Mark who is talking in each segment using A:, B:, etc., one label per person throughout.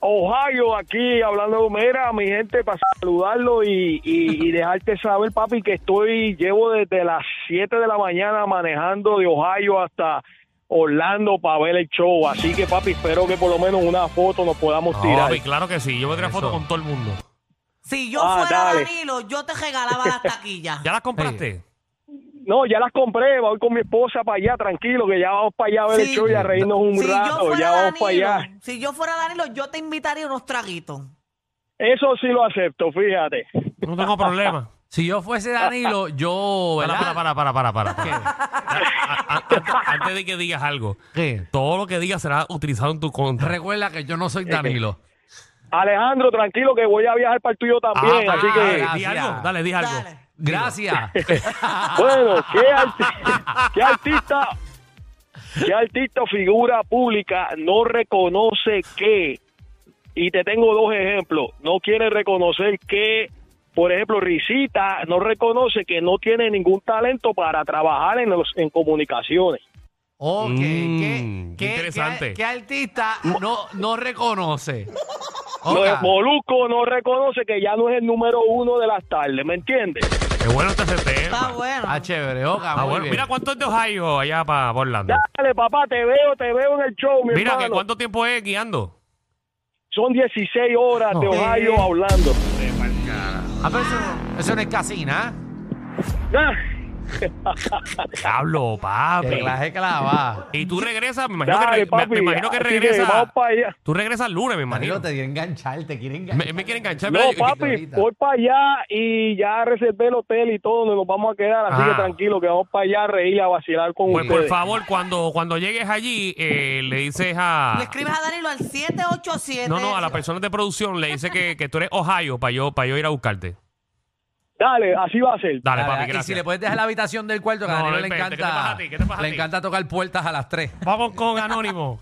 A: Ohio aquí hablando, mira, mi gente, para saludarlo y, y- y dejarte saber, papi, que estoy, llevo desde las 7 de la mañana manejando de Ohio hasta Orlando para ver el show. Así que, papi, espero que por lo menos una foto nos podamos
B: No,
A: tirar.
B: papi, claro que sí. Yo voy a
C: Eso.
B: foto con todo el mundo.
D: Si yo
A: Ah,
D: fuera
A: dale.
D: Danilo, yo te regalaba las taquillas.
B: ¿Ya las compraste?
A: No, ya las compré, voy con mi esposa para allá, tranquilo, que ya vamos para allá a ver
D: Sí.
A: el show y a reírnos un
D: Si yo
A: rato,
D: fuera
A: ya vamos para
D: Danilo,
A: allá.
D: Si yo fuera Danilo, yo te invitaría unos traguitos.
A: Eso sí lo acepto, fíjate.
B: No tengo problema.
C: Si yo fuese Danilo, yo. ¿verdad?
B: Para, para, para, para, para. para. A- a- antes, antes de que digas algo,
C: ¿Qué?
B: Eh, todo lo que digas será utilizado en tu contra. Eh,
C: Recuerda que yo no soy Danilo.
A: Alejandro, tranquilo, que voy a viajar para el tuyo también,
C: Ah,
A: así
C: ah,
A: que...
B: Di
C: gracias.
B: algo, dale, di algo.
D: Dale.
C: Gracias.
A: Bueno, ¿qué,
B: ah,
A: arti- qué artista, qué artista o figura pública no reconoce que? Y te tengo dos ejemplos. No quiere reconocer que, por ejemplo, Risita no reconoce que no tiene ningún talento para trabajar en, los, en comunicaciones.
C: Ok, ¿qué,
B: Mm, qué
C: qué-
B: interesante.
C: qué- qué artista no, no reconoce?
A: Lo de
C: Oca.
A: Molusco no reconoce que ya no es el número uno de las tardes, ¿me entiendes?
B: Qué bueno está ese
D: Está
B: tema.
D: bueno.
C: Ah, chévere, Oca,
B: Ah,
C: muy
B: bueno,
C: bien.
B: mira cuánto es de Ohio allá para Orlando.
A: Dale, papá, te veo, te veo en el show, mi
B: Mira, que
A: hermano.
B: ¿cuánto tiempo es guiando?
A: Son 16 horas de
C: Oh.
A: Ohio hablando.
C: Ah, pero eso, eso no es casina, ¿eh?
B: Ah, Diablo, papi.
C: Que la je clava.
B: Y tú regresas, me imagino
A: Dale,
B: que, re- me-
A: papi.
B: me imagino que
A: así
B: regresas.
A: vamos para allá.
B: Tú regresas el lunes, me
C: Danilo
B: imagino.
C: te quiere enganchar, te quiere enganchar.
B: Me, me quiere enganchar.
A: No,
B: pero yo-
A: papi,
C: ahorita.
A: voy para allá y ya reservé el hotel y todo donde nos vamos a quedar. Así
B: Ah.
A: que tranquilo, que vamos para allá a reír, a vacilar con
B: Pues por
A: ustedes.
B: favor, cuando, cuando llegues allí, eh, le dices a...
D: Le escribes a Danilo al 787.
B: No, no, a las personas de producción le dices que, que tú eres Ohio para yo, para yo ir a buscarte.
A: Dale, así va a ser.
B: Dale,
C: Dale,
B: papi,
C: Y si
B: gracias.
C: le puedes dejar la habitación del cuarto, que a
B: No,
C: Danilo
B: no
C: le
B: inventes,
C: encanta.
B: ¿qué te pasa a ti? ¿Qué te pasa a
C: le
B: ti?
C: encanta tocar puertas a las 3.
B: Vamos con Anónimo.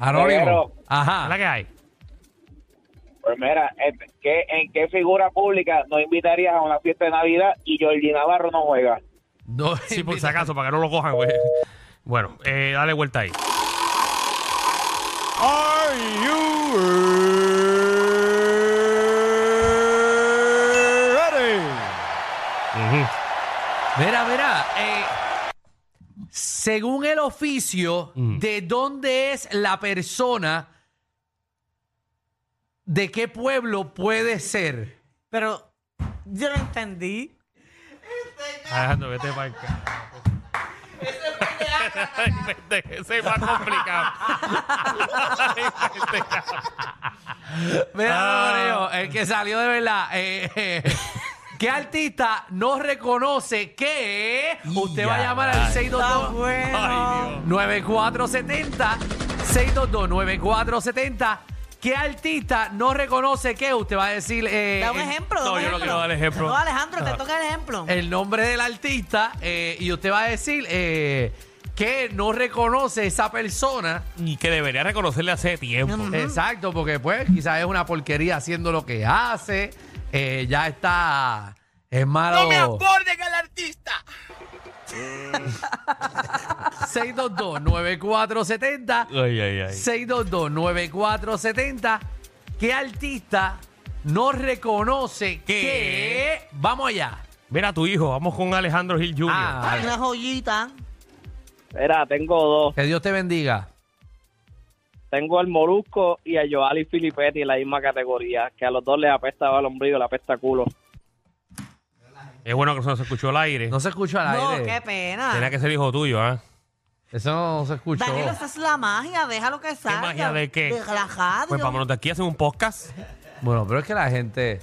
C: Anónimo.
E: Pero-
B: ¿Es la
C: Ajá.
B: que hay?
E: Pues mira, ¿en qué, en qué figura pública no invitarías a una fiesta de Navidad y Jordi Navarro no juega?
C: No,
B: Sí, por si acaso, para que no lo cojan, güey. Bueno, eh, dale vuelta ahí. Ujú.
C: Mira, mira. eh, según el oficio,
B: Mm.
C: ¿de dónde es la persona? ¿De qué pueblo puede ser?
D: Pero yo no entendí.
B: Alejandro, vete para acá. Ese es más complicado.
C: Mira,
B: Ah.
C: Loreo, el que salió de verdad. eh, eh, ¿Qué artista no reconoce que usted va a
B: Ya,
C: llamar al
B: rayos.
C: 622?
B: Ay, Dios.
C: 9470 622 9470 ¿Qué artista no reconoce qué? Usted va a decir eh,
D: Da un
C: el-
D: ejemplo. da
B: No,
D: un
B: yo no quiero dar ejemplo. Ah. Eh,
D: No, Alejandro, te toca el ejemplo.
C: el, nombre del artista eh, y usted va a decir eh, que no reconoce esa persona.
B: Y que debería reconocerle hace tiempo.
C: Mm. Exacto, porque pues quizás es una porquería haciendo lo que hace. eh, ya está. Es malo.
E: al artista!
C: 622-9470.
B: Ay, ay, ay.
C: 622-9470. ¿Qué artista no reconoce que... Vamos allá.
B: Mira a tu hijo, vamos con Alejandro Gil Jr.
C: Ah,
D: Ay, una joyita.
E: Mira, tengo dos.
C: que Dios te bendiga.
E: Tengo al Molusco y a Joali Filipetti en la misma categoría, que a los dos les apesta el ombligo, le apesta culo.
B: Es bueno que eso no se escuchó al aire.
C: No se escuchó al
D: No,
C: aire.
D: qué
B: Tenía
D: pena.
B: que ser hijo tuyo, ¿ah?
C: Eso no se escuchó.
D: Danilo, esa es la magia. Déjalo que salga.
B: magia de qué?
D: De la radio.
B: Pues vámonos de aquí, hacemos un podcast.
C: Bueno, pero es que la gente...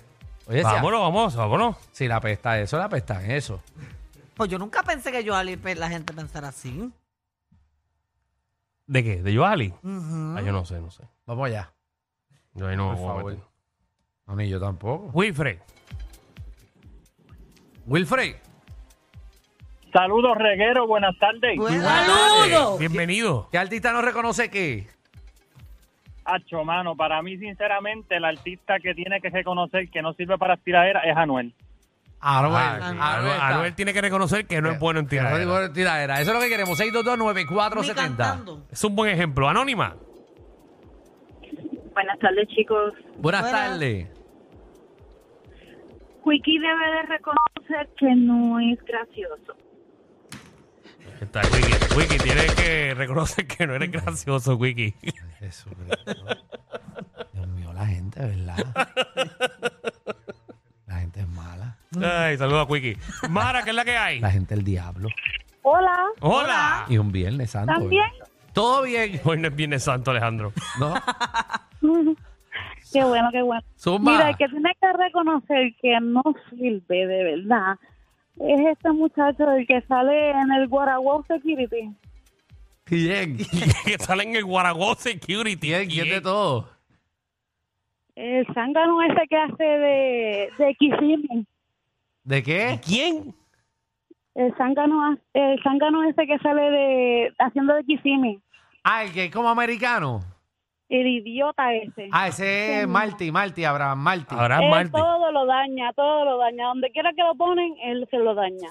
C: Oye, si, a-
B: Vámonos, vamos, vámonos.
C: si la pesta eso, la pesta en eso.
D: Pues yo nunca pensé que yo Ali la gente pensara así.
B: ¿De qué? ¿De Joali?
D: Ujú.
B: Ah, yo no sé, no sé.
C: Vamos allá.
B: Yo ahí no
C: Por
B: me voy a
C: favor.
B: meter.
C: No, ni yo tampoco.
B: Wilfred.
C: Wilfrey.
A: Saludos, reguero, buenas tardes.
D: Bueno,
B: Eh, Bienvenido.
C: ¿Qué artista no reconoce que...
A: Hacho, mano, para mí, sinceramente, el artista que tiene que reconocer que no sirve para tiradera es Anuel.
C: Anuel.
B: Ah, sí. Anuel,
C: está.
B: Anuel tiene que reconocer que no es bueno en
C: Que no es bueno
B: tirar.
C: en tiradera. Eso es lo que queremos.
D: ni
C: 6229470.
D: cantando.
B: Es un buen ejemplo. Anónima.
F: Buenas tardes, chicos.
C: Buenas,
D: Buenas.
C: tardes.
F: Wiki debe de reconocer que no es gracioso.
B: Está Wiki. Wiki, tiene que reconocer que no eres gracioso, Wiki.
C: Jesucristo. Dios mío, la gente, ¿verdad? La gente es mala.
B: Ay, saluda a Wiki. Mara, ¿qué es la que hay?
C: La gente es el diablo.
F: Hola,
B: Hola.
C: Y un viernes santo. ¿verdad?
F: ¿también?
C: Todo bien.
B: Hoy no es Viernes Santo, Alejandro.
C: No,
F: Qué bueno, qué bueno.
C: Zumba.
F: Mira, el que tiene que reconocer que no sirve de verdad es este muchacho el que sale en el Guaraguao Security.
C: Bien.
B: que sale en el Guaragó Security.
C: Bien, ¿quién de todo?
F: El zángano ese que hace de, de Kissimmee.
C: ¿De qué?
B: ¿Quién?
F: El zángano, ha- el zángano ese que sale de haciendo de Kissimmee.
C: Ah, el que es como americano.
F: El idiota ese.
C: Ah, ese es Marty, Marty, Abraham, Marty.
B: Ahora
F: Él
B: Marty.
F: Eh, todo lo daña, todo lo daña. Donde quiera que lo ponen, él se lo daña.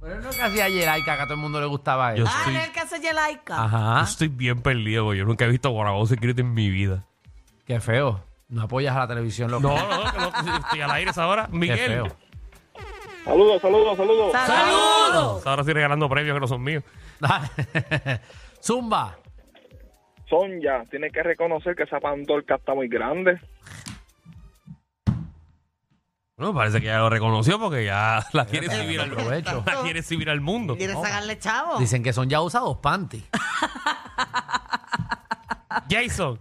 C: Pero no que hacía Yeraica, que a todo el mundo le gustaba a él.
B: Yo
D: Ah,
B: estoy,
D: en el que hace Yelaica.
C: Ajá.
B: yo estoy bien perdido, porque yo nunca he visto Guaragó Security en mi vida.
C: Qué feo. No apoyas a la televisión local.
B: No, no, no, que no estoy al aire esa hora.
C: Qué
B: Miguel.
C: feo.
A: Saludos, saludos, saludos.
D: ¡Saludos!
B: Ahora estoy regalando premios que no son míos.
C: Zumba.
A: Sonia, tiene que reconocer que esa pandorca está muy grande.
B: No, parece que ya lo reconoció porque ya la quiere exhibir al mundo.
C: Aprovecho.
B: La quiere exhibir al mundo.
D: ¿Quieres sacarle chavo?
C: Dicen que son ya usados panty.
B: Jason,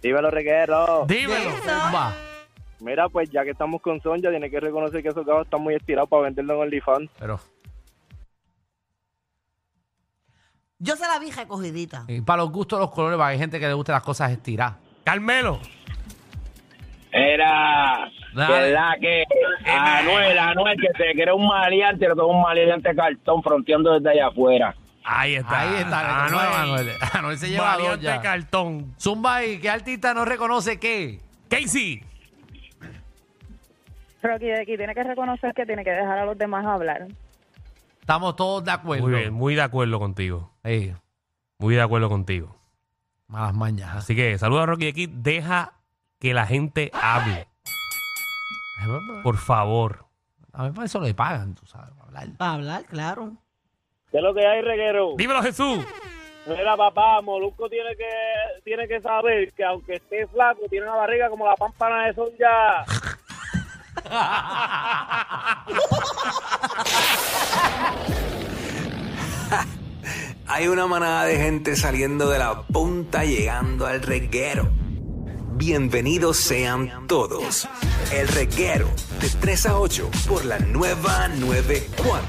E: Dímelo, reguero.
B: dímelo.
C: Zumba.
E: Mira, pues ya que estamos con Sonja, tiene que reconocer que esos gajos están muy estirados para venderlo en OnlyFans.
C: Pero,
D: Yo se la vi recogidita.
C: y para los gustos, los colores, para hay gente que le gusta las cosas estiradas.
B: Carmelo.
E: Era,
C: Dale.
E: ¿verdad que Anuel, Anuel, que se cree un maleante, lo que es un maleante cartón fronteando desde allá afuera?
B: Ahí está.
C: Ahí está. Anuel. Anuel, Anuel se lleva dos
B: Variante
C: ya.
B: cartón.
C: Zumba, ¿y qué artista no reconoce qué?
B: Casey.
F: Pero aquí, aquí tiene que reconocer que tiene que dejar a los demás hablar.
C: Estamos todos de acuerdo.
B: Muy bien, muy de acuerdo contigo.
C: Ey,
B: Muy de acuerdo contigo.
C: malas mañas.
B: Así que saluda a Rocky aquí. Deja que la gente hable. Por favor.
C: A mí para eso le pagan, tú sabes, para hablar.
D: Para hablar, claro.
E: ¿Qué es lo que hay, reguero?
B: Dímelo, Jesús.
E: Mira, papá, Molusco tiene que, tiene que saber que aunque esté flaco, tiene una barriga como la pámpana de Sonja.
G: Hay una manada de gente saliendo de la punta llegando al reguero.
A: Bienvenidos sean todos. El reguero de 3 a 8 por la nueva 94.